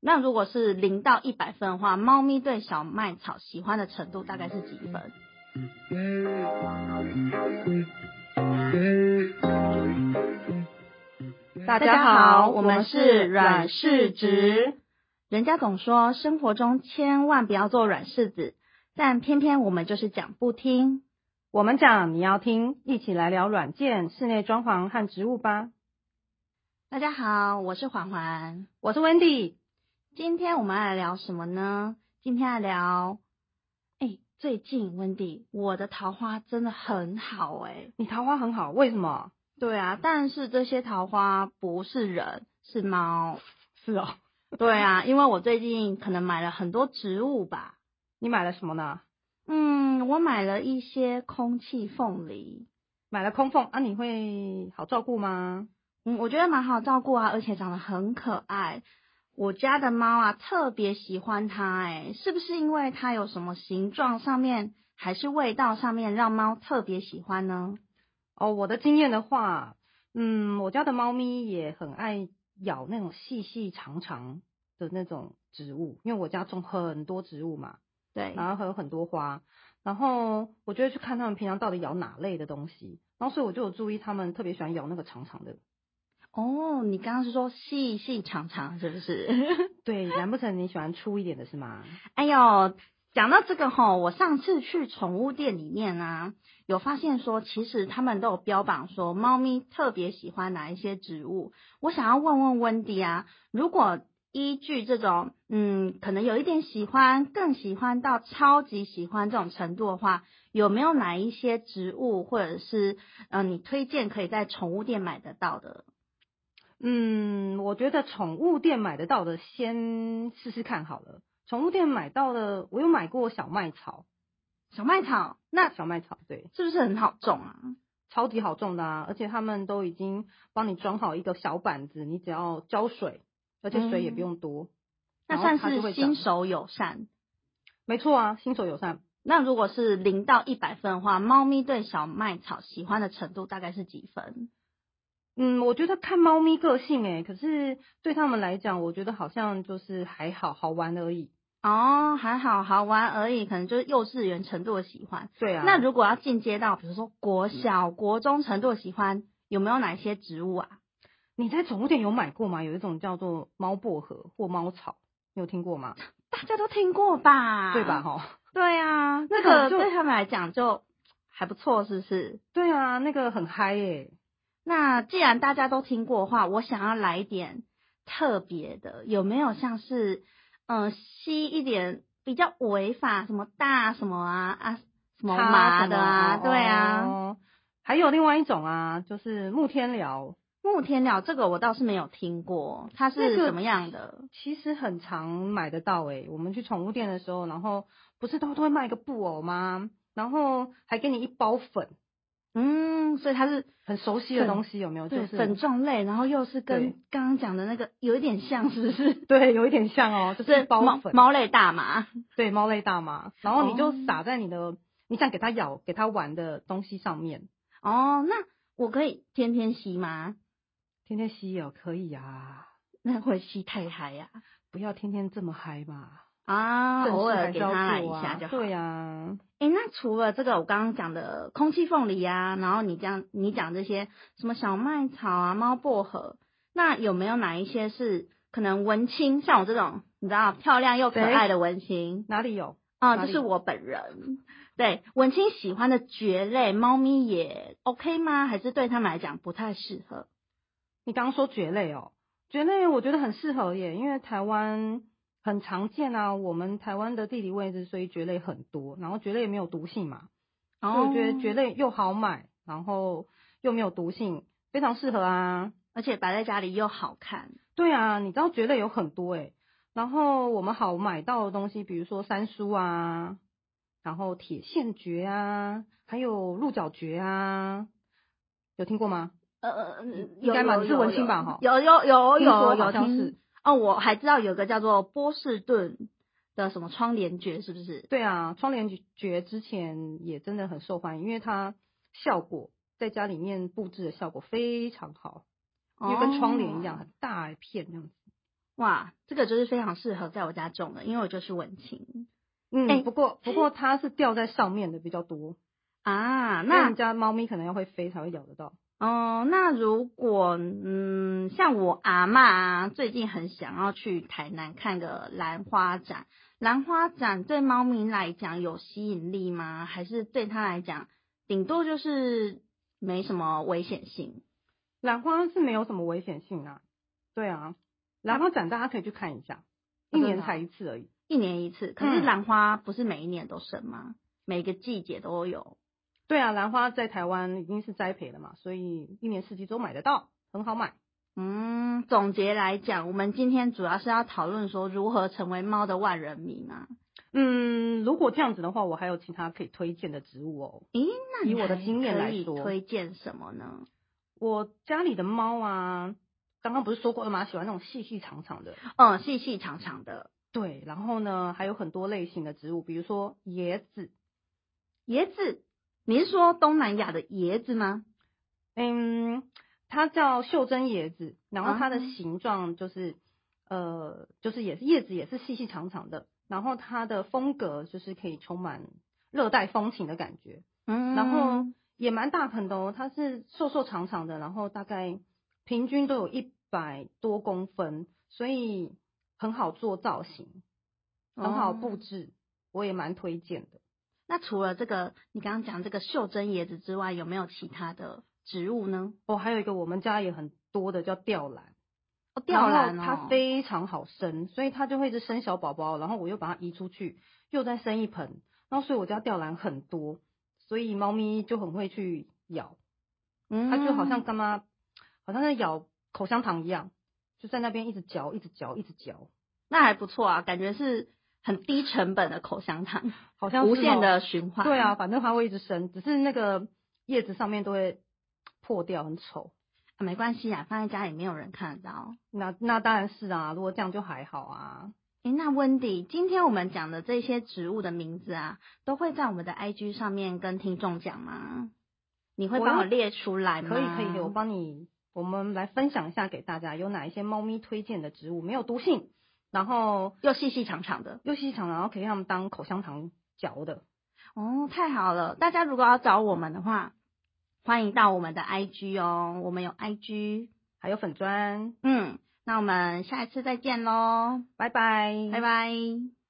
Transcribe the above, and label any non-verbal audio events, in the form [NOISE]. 那如果是零到一百分的话，猫咪对小麦草喜欢的程度大概是几分？大家家好好，我我们们是是软软柿柿子子。人家总说生活中千万不要做软柿子，但偏偏我们就是讲不听。我们讲你要听，一起来聊软件、室内装潢和植物吧。大家好，我是环环，我是 Wendy，今天我们要来聊什么呢？今天来聊，哎、最近温迪，我的桃花真的很好哎、你桃花很好，为什么？对啊，但是这些桃花不是人，是猫。是哦，对啊，因为我最近可能买了很多植物吧。你买了什么呢？嗯，我买了一些空气凤梨，买了空缝啊？你会好照顾吗？嗯，我觉得蛮好照顾啊，而且长得很可爱。我家的猫啊，特别喜欢它、哎，是不是因为它有什么形状上面，还是味道上面让猫特别喜欢呢？哦，我的经验的话，嗯，我家的猫咪也很爱咬那种细细长长的那种植物，因为我家种很多植物嘛，对，然后还有很多花，然后我就会去看它们平常到底咬哪类的东西，然后所以我就有注意它们特别喜欢咬那个长长的。哦，你刚刚是说细细长长是不 [LAUGHS] 是？对，难不成你喜欢粗一点的是吗？哎呦，讲到这个吼，我上次去宠物店里面啊，有发现说，其实他们都有标榜说猫咪特别喜欢哪一些植物。我想要问问温迪啊，如果依据这种，嗯，可能有一点喜欢，更喜欢到超级喜欢这种程度的话，有没有哪一些植物或者是，嗯，你推荐可以在宠物店买得到的？嗯，我觉得宠物店买得到的先试试看好了。宠物店买到的，我有买过小麦草，小麦草那小麦草对，是不是很好种啊？超级好种的啊，而且他们都已经帮你装好一个小板子，你只要浇水，而且水也嗯不用多。那然后算它就会是新长手友善没错啊，新手友善。那如果是零到一百分的话，猫咪对小麦草喜欢的程度大概是几分？嗯，我觉得看猫咪个性诶、可是对他们来讲，我觉得好像就是还好好玩而已。哦，还好好玩而已，可能就是幼稚园程度的喜欢。对啊，嗯那如果要进阶到比如说国小、国中程度的喜欢，有没有哪些植物啊？你在宠物店有买过吗？有一种叫做猫薄荷或猫草，你有听过吗？大家都听过吧？对吧？？哈，对啊，那那个个就对他们来讲就还不错，是不是？对啊，那个很嗨耶、那既然大家都听过的话，我想要来一点特别的，有没有像是嗯、呃吸一点比较违法什么大什么啊啊什么它麻什么的啊？哦对啊，哦还有另外一种啊，就是木天聊，木天鸟这个我倒是没有听过，它是那个什么样的？其实很常买得到诶、我们去宠物店的时候，然后不是都都会卖一个布偶吗？然后还给你一包粉，嗯，所以它是很熟悉的粉东西有没有？就对是粉状类，然后又是对跟刚刚讲的那个有一点像，是不 [LAUGHS] 是？对，有一点像哦，就是是包猫粉，猫类大麻，对猫类大麻，然后你就哦撒在你的、你想给它咬、给它玩的东西上面，哦，那我可以天天吸吗？天天吸哦，可以啊，那会吸太嗨呀、不要天天这么嗨嘛，啊，正偶事尔还给是要它来一做下啊就好。对呀、啊，诶，那除了这个我刚刚讲的空气凤梨啊，然后你这样你讲这些什么小麦草啊、猫薄荷，那有没有哪一些是可能文青，像我这种你知道漂亮又可谁爱的文青哪里有？啊、哪就里是我本人。对，文青喜欢的蕨类，猫咪也 OK 吗？还是对他们来讲不太适合？你刚刚说蕨类哦，蕨类我觉得很适合耶，因为台湾很常见啊，我们台湾的地理位置，所以蕨类很多，然后蕨类也没有毒性嘛，然所以我哦觉得蕨类又好买，然后又没有毒性，非常适合啊。而且摆在家里又好看。对啊，你知道蕨类有很多诶、欸然后我们好买到的东西，比如说山苏啊，然后铁线蕨啊，还有鹿角蕨啊，有听过吗？呃，有应该吧有你是有文有青吧哈有有有听有说好有像听是。哦，我还知道有个叫做波士顿的什么窗帘蕨，是不是？对啊，窗帘蕨之前也真的很受欢迎，因为它效果在家里面布置的效果非常好，因为跟窗帘一样哦。很大一片那样子。哇，这个就是非常适合在我家种的，因为我就是文青嗯，哎不过不过它是掉在上面的比较多，啊。那那你家猫咪可能要会飞才会咬得到。哦，那如果嗯，像我阿嬷啊，最近很想要去台南看个兰花展。兰花展对猫咪来讲有吸引力吗？还是对它来讲，顶多就是没什么危险性？兰花是没有什么危险性啊，对啊，兰花展大家可以去看一下，哦一真的年哦才一次而已。一年一次，可是嗯兰花不是每一年都生吗？每个季节都有对啊，兰花在台湾已经是栽培了嘛，所以一年四季都买得到，很好买。嗯，总结来讲，我们今天主要是要讨论说如何成为猫的万人迷嘛。嗯，如果这样子的话，我还有其他可以推荐的植物哦。咦，那以你我的还经验可来以说推荐什么呢？我家里的猫啊，刚刚不是说过了吗？喜欢那种细细长长的。嗯，细细长长的对，然后呢，还有很多类型的植物，比如说椰子。椰子，你是说东南亚的椰子吗？嗯，它叫袖珍椰子，然后它的啊形状就是，呃，就是也是叶子也是细细长长的，然后它的风格就是可以充满热带风情的感觉，嗯然后也蛮大盆的哦，它是瘦瘦长长的，然后大概平均都有一百多公分，所以很好做造型，很好布哦置，我也蛮推荐的。那除了这个，你刚刚讲这个袖珍椰子之外，有没有其他的植物呢？哦，还有一个我们家也很多的叫吊兰。哦，吊兰然哦，后它非常好生，所以它就会一直生小宝宝，然后我又把它移出去，又再生一盆，然后所以我家吊兰很多，所以猫咪就很会去咬，它就好像嗯干嘛，好像在咬口香糖一样，就在那边一直嚼，一直嚼，一直嚼，那还不错啊，感觉是很低成本的口香糖，好像无是限哦，的循环。对 [LAUGHS] 啊，，反正它会一直生，只是那个叶子上面都会破掉，很丑。没关系啊，放在家里没有人看得到。那那当然是啊，如果这样就还好啊。诶，那温迪，今天我们讲的这些植物的名字啊，都会在我们的 IG 上面跟听众讲吗？你会我帮要我列出来吗？可以可以，我帮你，我们来分享一下给大家有哪一些猫咪推荐的植物没有毒性，然后又细细长长的又细长，然后可以让它们当口香糖嚼的。哦，太好了！大家如果要找我们的话，欢迎到我们的 IG 哦，我们有 IG。还有粉砖，嗯，那我们下一次再见喽，拜拜，拜拜。